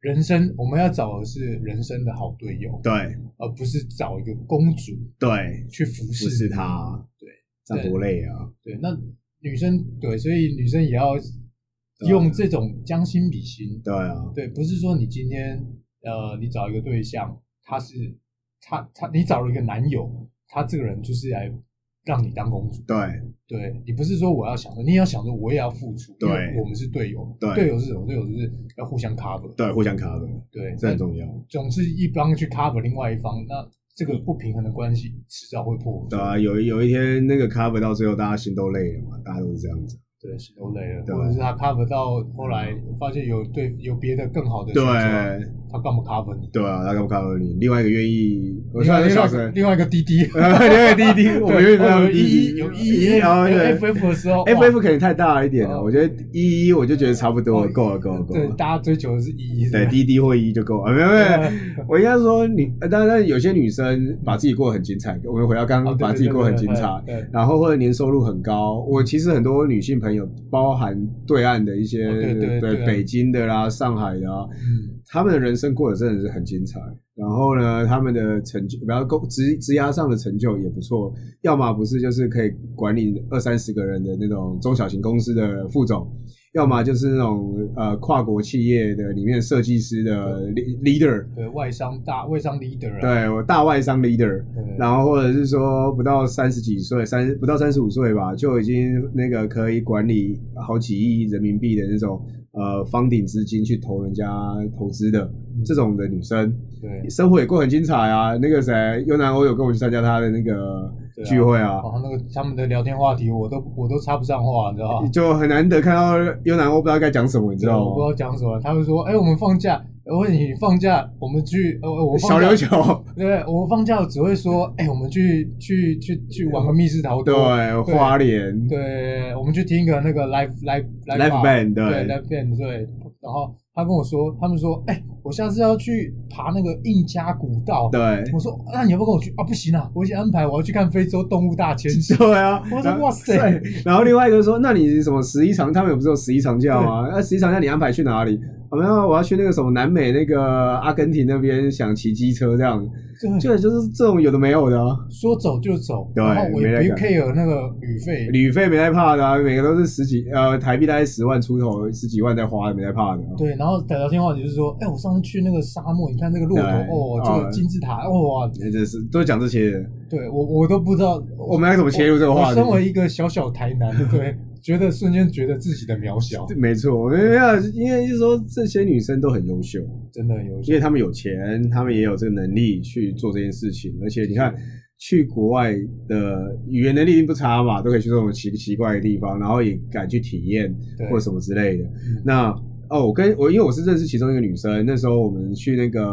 人生我们要找的是人生的好队友，
对
而不是找一个公主
对，
去服
不
侍
是
你。
他，啊
对，
这样多累啊！
对，那女生对，所以女生也要
对
用这种将心比心。
对啊，
对，不是说你今天呃，你找一个对象，他是他他你找了一个男友，他这个人就是来让你当公主。
对
对你不是说我要想着，你也要想着我也要付出，
对
因为我们是队友，
对
队友是什么？队友就是要互相 cover，
对，互相 cover，
对，
这很
那
重要。
总是一方去 cover 另外一方，那这个不平衡的关系迟早会破
对
碎，
啊，有一有一天那个 cover 到最后，大家心都累了嘛，大家都是这样子。
对，是都累了，
对
或者是他 cover 到后来发现有对有别的更好的选择，
对
他干嘛 cover 你？
对啊，他干不 cover 你？另外一个愿意，我
另外
算
一
是
个
小
另外一个另外
声。
一个滴滴，
呃， 另外一个滴滴，我们
对
因为他
有
们
一一有一一
哦，对
F F 的时候
F
哇
F 可能太大了一点了，
哦
我觉得一一我就觉得差不多了，
哦
够了，够了，够
对
了。
大家追求的是一一，是吧
对，滴滴或一就够了，啊没有没有没有，
对
我应该说你，呃当然有些女生把自己过得很精彩，我们回到刚
哦
刚
对
把自己过得很精彩，
对对
然后或者年收入很高。我其实很多女性朋友，包含对岸的一些，
哦对对对啊
北京的啦、上海的啊，
嗯
他们的人生过得真的是很精彩。然后呢，他们的成就，然后工职职涯上的成就也不错，要么不是就是可以管理二三十个人的那种中小型公司的副总，要么就是那种呃跨国企业的里面设计师的 leader。
对外商大外商 leader 啊，
对我大外商 leader，
对
然后或者是说不到三十几岁，三不到三十五岁吧，就已经那个可以管理好几亿人民币的那种呃房顶资金去投人家投资的
嗯
这种的女生，
对
生活也过得很精彩啊。那个谁，尤南欧有跟我去参加他的那个
对啊
聚会啊。
然后那个他们的聊天话题，我都我都插不上话，你知道吗？
就很难得看到尤南欧不知道该讲什么，你知道哦
我不知
吗？
道讲什么，他会说：“哎、我们放假。”我问你放假，我们去呃，我放假
小琉球，
对，我放假我只会说：“哎、我们去去去去玩个密室逃脱。”
对，花莲，
对，我们去听一个那个 live live
Live
bar
band，
对
对
live band 对，然后他跟我说，他们说，哎、我下次要去爬那个印加古道。
对，
我说，那你要不要跟我去啊？不行啊，我已经安排我要去看非洲动物大迁徙。
对啊，
我说
然后
哇塞
对然后另外一个说，那你什么十一长，他们有不是有十一长假吗？那十一长假你安排去哪里？我们啊要我要去那个什么南美那个阿根廷那边，想骑机车这样，
对，
就就是这种有的没有的、啊，
说走就走，
对
然后我也
没
不
在
care 那个旅费。
旅费没在怕的、啊，每个都是十几呃台币大概十万出头，十几万在花的，没在怕的、啊。
对，然后打聊天话就是说，哎、我上次去那个沙漠，你看那个骆
对
驼，哦，这
哦
个金字塔，哇、
对，真是都讲这些，
对我我都不知道
我们要怎么切入这个话
我
题
身？为一个小小台南，对，觉得瞬间觉得自己的渺小，
没错，没有，因为就是说这些女生都很优秀，
真的很有
因为
些
他们有钱，他们也有这个能力去做这件事情。而且你看，去国外的语言能力一定不差嘛，都可以去这种奇奇怪的地方，然后也敢去体验
对
或什么之类的
嗯。
那哦，我跟我因为我是认识其中一个女生，那时候我们去那个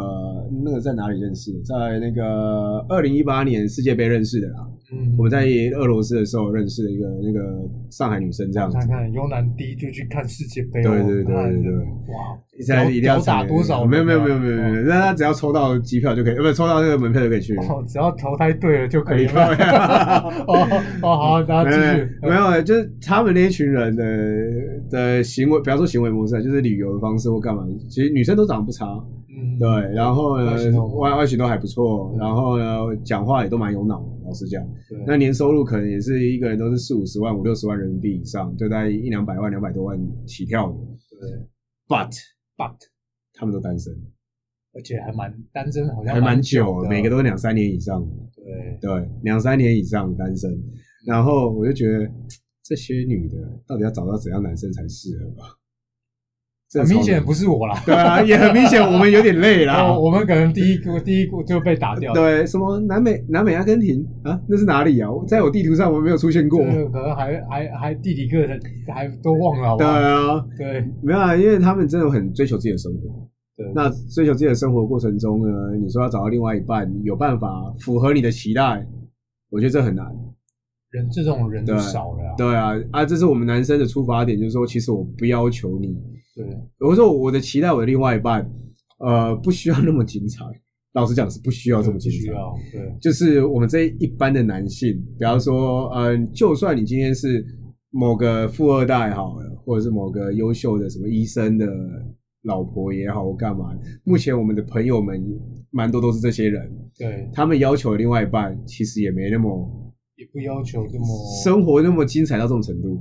那个在哪里认识的？在那个二零一八年世界杯认识的啦。
嗯，
我们在俄罗斯的时候认识了一个那个上海女生，这样子
看。看尤南低就去看世界杯哦，
对对对
那
对对
哇，
现在一定要
屌打
成
多少人啊
没有没有没有没有没有，那他只要抽到机票就可以，呃不抽到那个门票就可以去。
哦，只要投胎对了就可以
可以
了
看。
哦哦好，然后继续，嗯
没有，没有，就是他们那一群人的的行为，不要说行为模式啊，就是旅游的方式或干嘛，其实女生都长得不差，
嗯，
对，然后呢
外形都，嗯
外外形都还不错，然后呢，讲话也都蛮有脑的，老实讲，
对
那年收入可能也是一个人都是四五十万、五六十万人民币以上，就在一两百万、两百多万起跳的
对
，but
，but
他们都单身，
而且还蛮单身，好像
还蛮久
的，
的，每个都两三年以上的。
对，
对，两三年以上单身，
嗯
然后我就觉得这些女的到底要找到怎样男生才适合吧？这
很明
超
显
难，
不是我啦。
对啊，也很明显，我们有点累啦。
我我们可能第一个第一个就被打掉，
对，什么南美南美阿根廷啊，那是哪里啊？我在我地图上我没有出现过。
这个可能还还还地理课的还都忘了，好不
对
好？
啊，
对
没有啊，因为他们真的很追求自己的生活。
对
那追求自己的生活过程中呢，你说要找到另外一半有办法符合你的期待，我觉得这很难。
人这种人就
对
少了啊，
对啊，啊，这是我们男生的出发点，就是说，其实我不要求你，
对
我说我的期待我的另外一半，呃，不需要那么精彩。老实讲是不需要这么
不
精
需
彩。
要，对
就是我们这一般的男性，比方说，嗯、就算你今天是某个富二代好了，或者是某个优秀的什么医生的老婆也好，或干嘛，目前我们的朋友们蛮多都是这些人，
对，
他们要求的另外一半其实也没那么
也不要求这么
生活那么精彩到这种程度。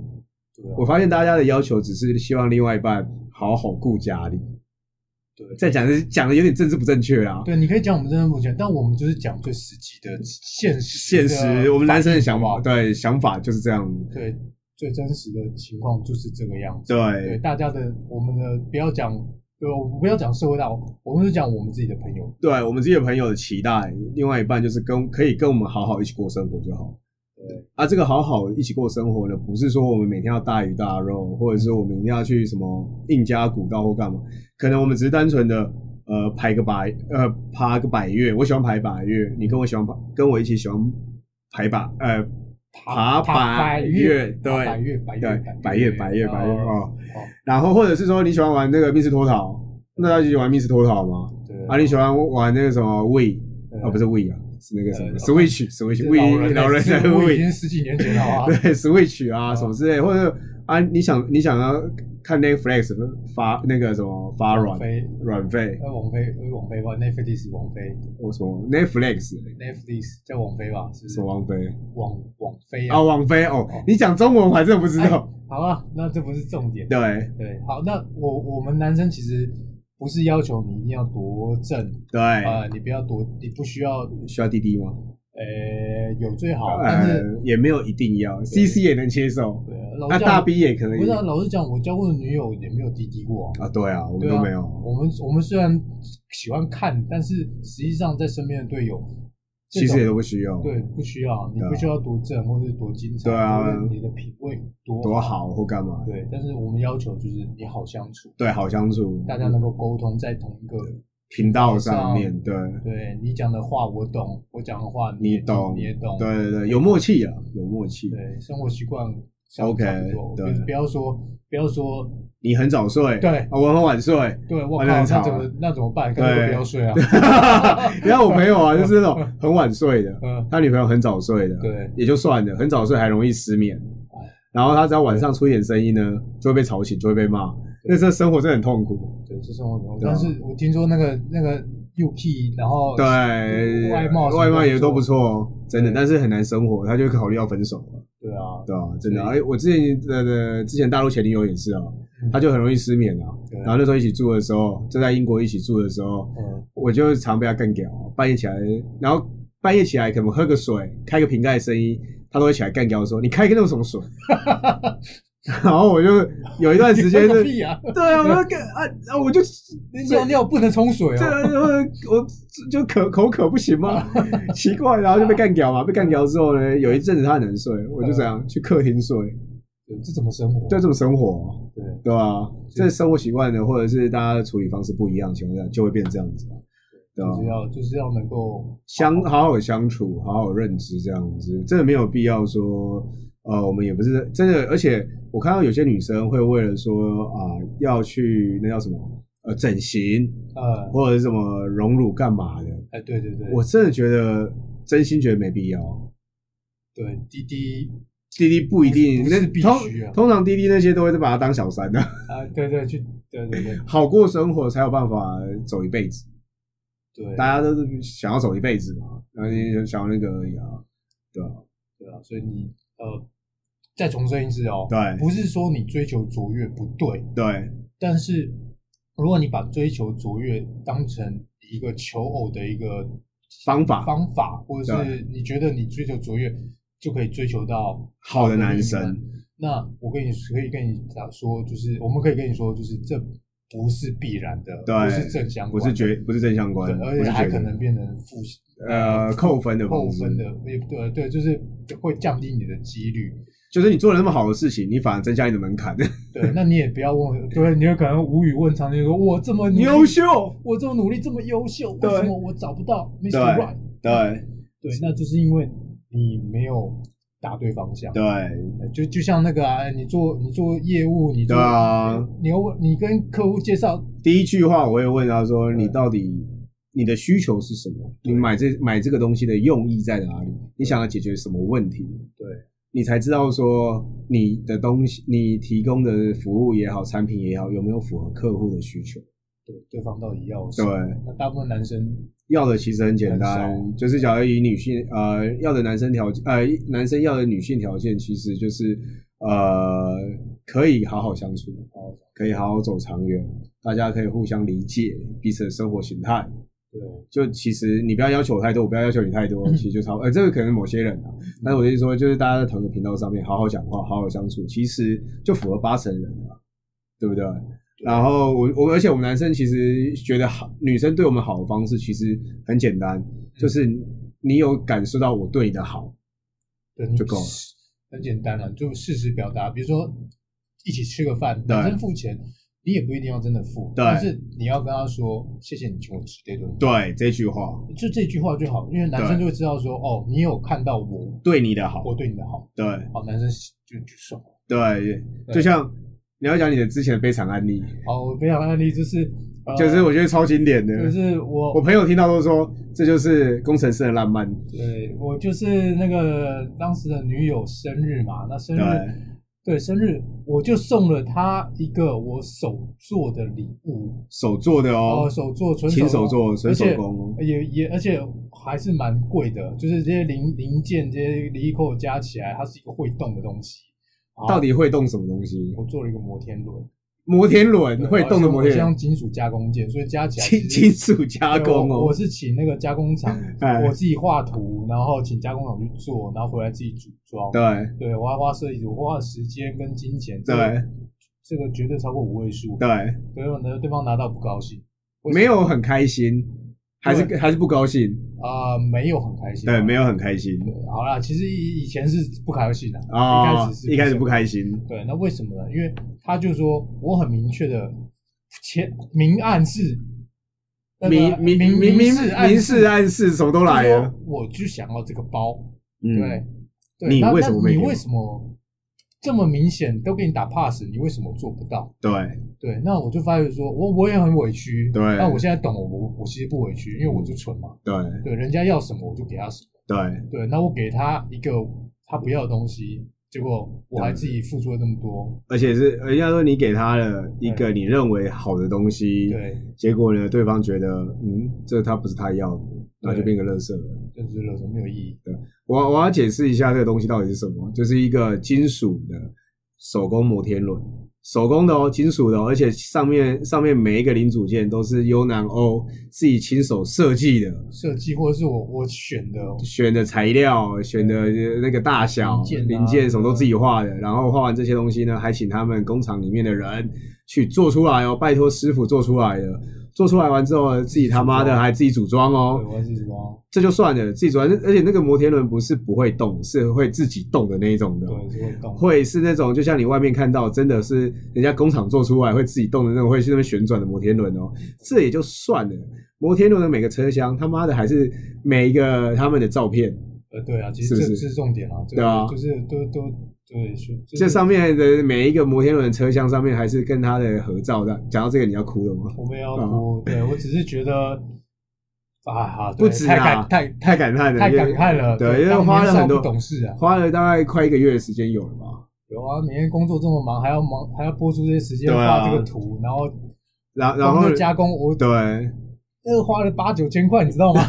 对啊
我发现大家的要求只是希望另外一半好好顾家里。
对
再讲的讲的有点政治不正确啊啦。
对，你可以讲我们真的不全，但我们就是讲最实际的现实
现
的
实，我们男生的想
好
法，
不好
对想法就是这样。
对最真实的情况就是这个样子。对
对
大家的我们的不要讲，对，我们不要讲社会大，我们就讲我们自己的朋友。
对，我们自己的朋友的期待，另外一半就是跟可以跟我们好好一起过生活就好。
对
啊，这个好好一起过生活呢，不是说我们每天要大鱼大肉，或者是我们一定要去什么印加古道或干嘛，可能我们只是单纯的，呃排个百呃爬个百越，我喜欢排百越，你跟我喜欢爬，跟我一起喜欢排把呃爬百越，对
百越百越
对百越百越百越
哦
哦，然后或者是说你喜欢玩那个密室脱逃，那大家一起玩密室脱逃吗？
对
啊，你喜欢玩那个什么 We
对
啊，不是 We 啊，是那个什么
呃
Switch Switch
这
We 老人
在
在
我已
We
经十几年前了啊，
对 Switch 啊
啊
什么之类，或者啊你想你想要看 Netflix 发那个什么发
王
软
菲
软费，
呃王菲呃王菲吧，Netflix 王菲
我什么 Netflix
，Netflix 叫王菲吧，是不
什
是
么？王菲
王王菲
啊网飞哦
哦，
你讲中文我还真的不知道，
好啊，那这不是重点。
对
对，好，那我我们男生其实不是要求你一定要多正啊、
对，
呃你不要多，你不需要
需要滴滴吗？
呃有最好，但
呃
是、，
也没有一定要，CC 也能接受，
对老实讲
啊大 B 也可
不
以
是、啊、老实讲，我交过的女友也没有滴滴过、啊。
啊，对啊，我们
对啊
都没有。
我们我们虽然喜欢看，但是实际上在身边的队友，这
其实也
种
都不需要，
对不需要，你
对啊
不需要多正或是多精彩，
对啊
或者你的品味多
多好或干嘛，
对，但是我们要求就是你好相处，
对，好相处，
大家能够沟通在同一个
频道上面，对，
对你讲的话我懂，我讲的话
你
也
懂
你也懂，
对对对，有默契啊，有默契。
对生活习惯差
OK，
差不多，
对
就是不要说不要说
你很早睡，
对
啊我很 晚睡。
对，我靠，
完了
那
很吵啊
怎么那怎么办？干脆
对
都不要睡啊，
然后我朋友啊，就是那种很晚睡的，
嗯，
他女朋友很早睡的，
对，
也就算了，很早睡还容易失眠。然后他只要晚上出一点声音呢，就会被吵醒，就会被骂。那这生活真的很痛苦。
对，这生活中，
对啊
但是我听说那个那个 UK，然后
对，啊
外貌什么都不错
外貌也都不错，哦真的，
对
但是很难生活，他就会考虑要分手了。
对啊，
对啊，真的啊，
所
哎，我之前的的之前大陆前女友也是啊
嗯，
她就很容易失眠啊。
对
然后那时候一起住的时候，就在英国一起住的时候，
嗯，
我就常被她干掉啊，半夜起来，然后半夜起来可能喝个水，开个瓶盖的声音，她都会起来干掉说：“你开个那种什 么水？”然后我就有一段时间
你个
是，
屁啊！
对啊，我就干啊，啊我就
你尿尿不能冲水
这
哦，
个我就口口渴不行吗？奇怪，然后就被干掉嘛。被干掉之后呢，有一阵子她很难睡，我
嗯
就这样去客厅睡。
对这怎么生活？
就这种生活，
对
对吧、啊？这生活习惯的，或者是大家的处理方式不一样的情况下，就会变这样子啊，对吧、
就是要就是要能够
相好好相处，好好认知这样子，真的没有必要说，呃，我们也不是真的，而且我看到有些女生会为了说啊、要去那叫什么呃整形
呃，
或者是什么隆乳干嘛的，
哎，对对对，
我真的觉得真心觉得没必要。
对滴滴
滴滴不一定，
不
那
是必
通
须啊
通常滴滴那些都会把它当小三的、
啊，对对去，对对对
好过生活才有办法走一辈子。
对，
大家都是想要走一辈子嘛，然后你就想要那个而已啊，对啊，
对啊，所以你呃，再重申一次哦，
对
不是说你追求卓越不对，
对
但是如果你把追求卓越当成一个求偶的一个
方法
方法，或者
对啊
是你觉得你追求卓越就可以追求到
好的男
好的
生
另一，半，那我跟你可以跟你讲说，就是我们可以跟你说，就是这不是必然的，
对
不是正相
不
关，
是绝不是正相
对
关，，
而且
不是
还
绝
可
对
能变成负
呃扣分的
扣
方式
分，的，也对对，就是会降低你的几率。
就是你做了那么好的事情，你反而增加你的 门槛，
对，那你也不要问， 对，你有可能无语问苍天说：“我这么努力
优，秀，
我这么努力，这么优秀，为
对
什么我找不到 Mr.
对
Right？”
对
对，那就是因为你没有打对方向。
对
就就像那个啊，哎你做你做业务，你
对
做、
啊！
你又你跟客户介绍，
第一句话我会问他说：“
对
你到底你的需求是什么？
对
你买这买这个东西的用意在哪里？你想要解决什么问题？”
对
你才知道说你的东西，你提供的服务也好，产品也好，有没有符合客户的需求？
对，对方到底要什
对
么，？那大部分男生
要的其实很简
很
单，就是假如以女性呃要的男生条件，呃男生要的女性条件，其实就是呃可以好好相处，可以好好走长远，大家可以互相理解彼此的生活形态。
对
就其实你不要要求我太多，我不要要求你太多，
嗯
其实就差不多。呃，这个可能某些人啊，但是我的意思说，就是大家在同一个频道上面好好讲话，好好相处，其实就符合八成人了、啊对不对？然后我我而且我们男生其实觉得好，女生对我们好的方式其实很简单，就是
嗯
你有感受到我对你的好，
对你
就够了
很简单了、就事实表达，比如说一起吃个饭，
对
男生付钱，你也不一定要真的付，
对
但是你要跟他说谢谢你请我吃这顿饭，
对这句话，
就这句话就好，因为男生
对
就会知道说哦，你有看到我
对你的好，
我对你的好，
对
好男生就就爽了。
对，
对
就像你要讲你的之前的悲惨案例，
好，我分享的案例就是，呃、
就是我觉得超经典的，
就是我
我朋友听到都说这就是工程师的浪漫，
对我就是那个当时的女友生日嘛，那生
对
日对生日，我就送了她一个我手做的礼物，
手做的
哦，
哦，
手做纯
亲手
手
做，纯手
而
工哦，
且也也而且还是蛮贵的，就是这些零零件、这些离扣加起来，它是一个会动的东西。啊
到底会动什么东西？
我做了一个摩天轮，
摩天轮
对
会动的摩
我
天
是
轮
用，金属加工件，所以加起来
金
其实
金属加工
对我我
哦，
是请那个加工厂，
哎
我自己画图，然后请加工厂去做，然后回来自己组装。
对
对，我还花设计组，我花了时间跟金钱，这个
对
这个绝对超过五位数。
对，
对方呢，对方拿到不高兴
没有很开心，还是
对
还是不高兴，
啊、没有很开心。
对，没有很开心
对。好啦，其实以以前是不开心的、
啊，
一开始是
一开始不
开
开心，
对，那为什么呢？因为他就说我很明确的前明暗示，那个
明明
明
明明
示暗
明示暗示什么都来
就
了
说，我就想要这个包，
嗯，
对，对
你
那
为
那
什么没
你
给我
为什么这么明显都给你打 pass，你为什么做不到？
对
对，那我就发觉说，我我也很委屈。
对
那我现在懂了，我我其实不委屈，因为我就蠢嘛。
对
对，人家要什么我就给他什么。
对
对，那我给他一个他不要的东西，结果我还自己付出了那么多。
而且是人家说你给他了一个你认为好的东西，
对，
结果呢，对方觉得嗯，这他不是他要的，那就变个垃圾了。
就是惹什么没有意义。
我我要解释一下这个东西到底是什么，就是一个金属的手工摩天轮，手工的哦，金属的、哦，而且上面上面每一个零组件都是优南欧自己亲手设计的，
设计或者是我我选的，
选的材料、选的呃那个大小、
零件啊
零件什么都自己画的，然后画完这些东西呢，还请他们工厂里面的人去做出来哦，拜托师傅做出来的。做出来完之后呢，自己他妈的还自己组装哦
对，，我还是什么？
这就算了，自己组装。而且那个摩天轮不是不会动，是会自己动的那一种的，
对，是会动。
会是那种就像你外面看到，真的是人家工厂做出来会自己动的那种，会去那边旋转的摩天轮哦。这也就算了，摩天轮的每个车厢他妈的还是每一个他们的照片。
呃，对啊，其实
是不
这
是
这是重点啊，这
对啊
个就是都都对，是就是
这上面的每一个摩天轮车厢上面还是跟他的合照的。讲到这个，你要哭了吗？
我没有要哭，对我只是觉得啊，好
不
对
值
太
啊
感太
太感叹了，
太
因
感
为
慨了，
对，因为
当
花
年
了
少
很多
不，懂事啊，
花了大概快一个月的时间有了吧。
有啊，每天工作这么忙，还要忙，还要播出这些时间
对啊
画这个图，然后
然然后
光是加工，我
对，
这个花了八九千块，你知道 吗？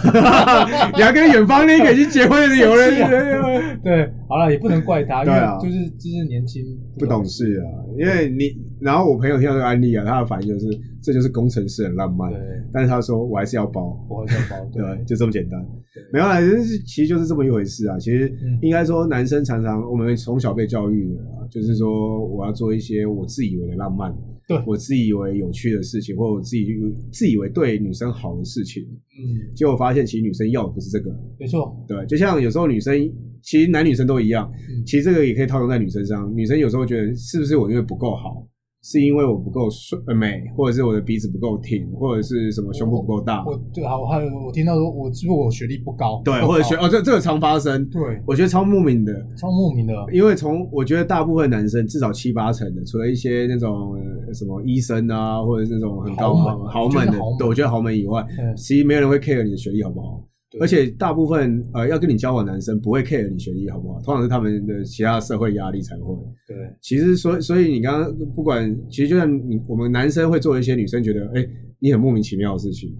你要跟远方那个已经结婚的有
生气
人
对，好了，也不能怪他，因
啊对啊
为就是就是年轻
不懂事啊，因为你，然后我朋友听到这个案例啊，他的反应就是这就是工程师很浪漫
对，，
但是他说我还是要包，
我很想包对
对，就这么简单
对。
没有啦，就是其实就是这么一回事啊。其实
嗯
应该说，男生常常我们从小被教育的、啊，就是说我要做一些我自以为的浪漫，
对
我自以为有趣的事情，或者我自己自以为对女生好的事情，
嗯，
结果发现其实女生要的不是这个。
没错，
对，就像有时候女生，其实男女生都一样，
嗯
其实这个也可以套用在女生上。女生有时候觉得是不是我因为不够好，是因为我不够帅呃美，或者是我的鼻子不够挺，或者是什么胸部不够大，
我对好，还有我听到说我是不是我学历不高，
对，
哦不够
或者
高
学哦，这这个常发生，
对，
我觉得超莫名的，
超莫名的，
因为从我觉得大部分男生至少七八成的，除了一些那种呃什么医生啊，或者是那种很高
豪门
豪门
就
的
是豪，门
对我觉得豪门以外，
嗯
其实没有人会 care 你的学历好不好。
对
而且大部分呃要跟你交往的男生不会 care 你学历好不好，通常是他们的其他社会压力才会。
对
其实所以所以你刚刚不管，其实就像你我们男生会做一些女生觉得哎、你很莫名其妙的事情，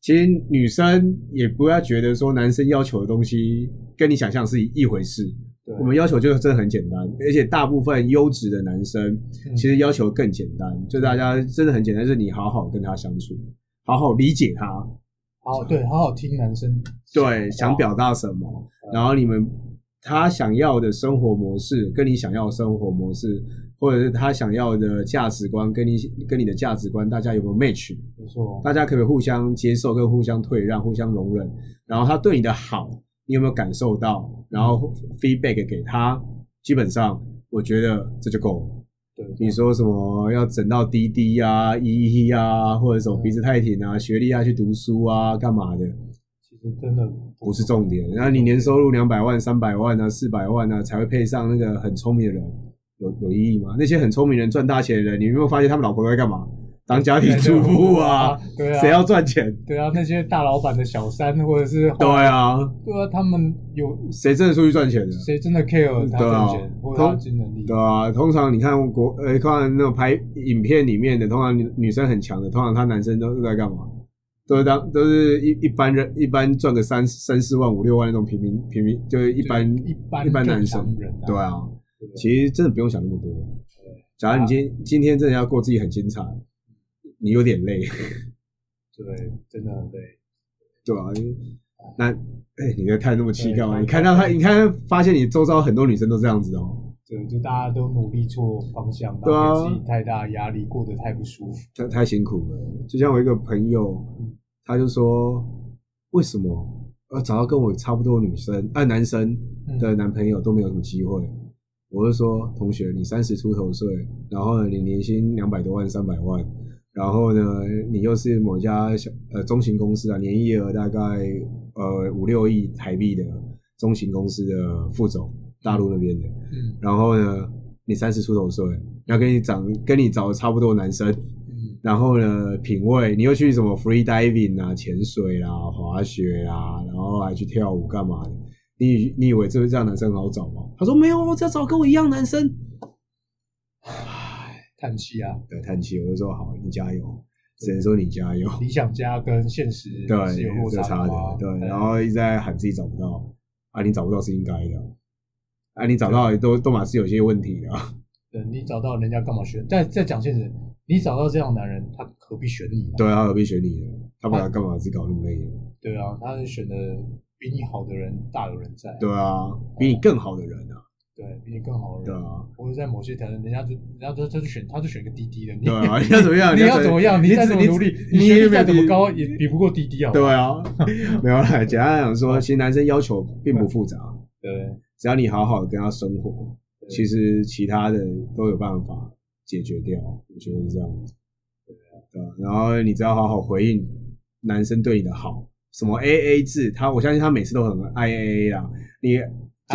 其实女生也不要觉得说男生要求的东西跟你想象是一回事。
对，
我们要求就真的很简单，而且大部分优质的男生
嗯
其实要求更简单，就大家真的很简单，就是你好好跟他相处，好好理解他，
好对，好好听男生
对，
讲
想
话
表达什么，然后你们他想要的生活模式跟你想要的生活模式，或者是他想要的价值观跟你跟你的价值观，大家有没有 match？
没错，
大家可不可以互相接受，跟互相退让、互相容忍？然后他对你的好，你有没有感受到？然后 feedback 给他，基本上我觉得这就够了。
对，
你说什么要整到滴滴啊、依依啊，或者什么鼻子太挺啊、学历啊去读书啊，干嘛的？
其实真的
不是重点。然后你年收入两百万、三百万啊、四百万啊，才会配上那个很聪明的人，有有意义吗？那些很聪明人赚大钱的人，你有没有发现他们老婆都在干嘛？当家庭主妇啊，，
对啊，
谁要赚钱？
对啊，那些大老板的小三或者是
对啊，
对啊，他们有
谁真的出去赚钱的？
谁真的 care 他
对啊
赚钱或者他竞能力？
对啊，通常你看国呃，看那种拍影片里面的，通常女女生很强的，通常她男生都是在干嘛？都是当都是一一般人一般赚个三三四万五六万那种平民平民，就是一般
就是一般
一般男
正
生
常人啊，
对啊，
对不对
其实真的不用想那么多。假如你今今天真的要过自己很精彩，你有点累，
对，真的很累。
对啊，那哎、你在叹那么气干嘛？
对
你看到他，你看他发现你周遭很多女生都这样子哦，
对，就大家都努力错方向，
对
然
啊
后给自己太大压力，过得太不舒服。
太太辛苦了。就像我一个朋友，他就说，为什么要找到跟我差不多的女生啊男生
嗯
的男朋友都没有什么机会？我就说，同学，你三十出头岁，然后呢，你年薪两百多万、三百万，然后呢，你又是某家小呃中型公司啊，年营业额大概呃五六亿台币的中型公司的副总，大陆那边的，
嗯
然后呢，你三十出头岁，然后跟你长跟你找的差不多的男生，
嗯，
然后呢，品味你又去什么 free diving 啊、潜水啦、滑雪啦，然后还去跳舞干嘛的？你以你以为这这样男生很好找吗？他说没有，我只要找跟我一样男生。
叹气啊，
对，叹气，我就说好，你加油，只能说你加油。
理想家跟现实
对，
是有落
这
差
差的
嘛，
对，
哎
然后一直在喊自己找不到，啊，你找不到是应该的，啊，你找到也都都嘛是有些问题的啊，
对你找到人家干嘛选？再再讲现实，你找到这样的男人，他何必选你呢？
对啊，何必选你呢？他本来干嘛自己搞那么累呢？
对啊，他选的比你好的人大有人在，
对啊，比你更好的人啊，
对比你更好的
对
人，
啊。
或者在某些条件，人家就人家就他就选他就选个滴滴的，你
对啊， 你要怎么 样？
你要怎么样？你
你
再怎么
只
努力，
你
学历
没
再
有
怎么
低
高，也比不过滴滴啊。
对啊，没有啦。简单来讲
嗯
说，其实男生要求并不复杂，
对
只要你好好的跟他生活，
对
其实其他的都有办法解决掉。我觉得是这样子。
嗯
对啊，然后你只要好好回应男生对你的好，什么 A A 制，他我相信他每次都很爱 A A 啦。你
就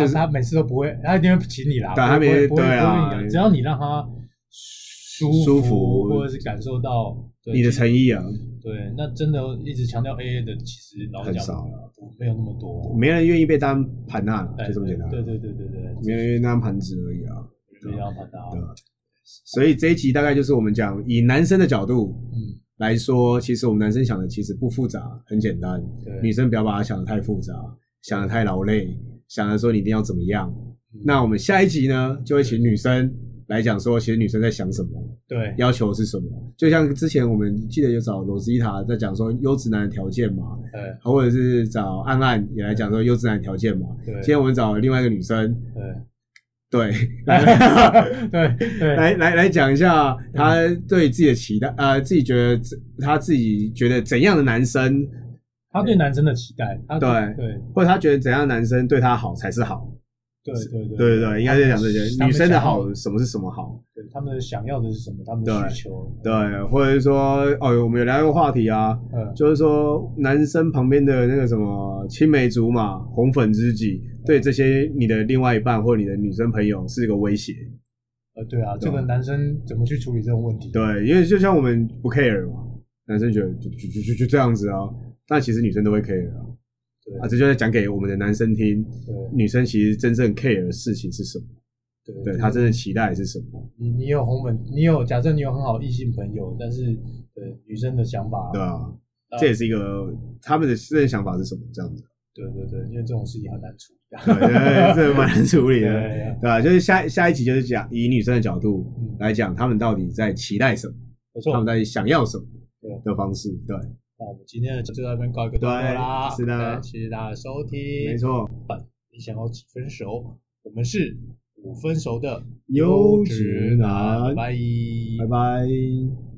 就是是
他每次都不会，他一定会请你啦，不
对
会
他每次
不会不会
对啊
不会你的只要你让他舒
舒服
或者是感受到对
你的
其实
诚意啊，
对，那真的一直强调 AA 的，其实老实
很
讲
少了，
不没有那么多，
没人愿意被当盘纳啦，
哎
就这么简单。啊
对对对对对，
没人愿意当盘子而已啊。
没要把它，
对啊所以这一集大概就是我们讲以男生的角度
嗯，
来说，其实我们男生想的其实不复杂，很简单。
对，
女生不要把它想的太复杂，想的太劳累，想着说你一定要怎么样。
嗯
那我们下一集呢，就会请女生来讲说，其实女生在想什么，
对
要求是什么。就像之前我们记得有找罗斯伊塔在讲说优质男的条件嘛，
对
或者是找暗暗也来讲说优质男的条件嘛。
对
今天我们找另外一个女生，
对
对，
对嗯对
来来来讲一下他对自己的期待，呃，自己觉得自他自己觉得怎样的男生，
他对男生的期待，他
对
对
或者他觉得怎样的男生对他好才是好，
对对对
对对对，应该是讲这
他
些，
们
女生的
嗯想
好
要
什么是什么好，
对他们想要的是什么，他们的
对
需求，
对，或者是说，哦，我们有聊一个话题啊，
嗯，
就是说男生旁边的那个什么青梅竹马、红粉知己，对这些你的另外一半或你的女生朋友是一个威胁，
呃，对啊，
对
这个男生怎么去处理这种问题？
对，因为就像我们不 care 嘛，男生觉得就就就就就这样子啊，但其实女生都会 care 啊。
对
啊，这就是讲给我们的男生听，
对
女生其实真正 care 的事情是什么，
对
对
就是
她真的期待是什么，
你你有红粉，你有假设你有很好的异性朋友，但是对女生的想法，
对吧、
啊
这也是一个他们的真正想法是什么这 样子，
对对对，因为这种事情很难处理啊。
对，对这蛮难处理
对
的，
对，
对吧、啊就是下下一集就是讲以女生的角度
嗯
来讲，他们到底在期待什么，
没错
他。们到底想要什么
对
的方式，对，
那我们今天的节目就到这边告一个段落啦。
对是的
对谢谢大家的收听。
没，错，
你想要几分熟？我们是五分熟的
优质男
拜拜
拜拜。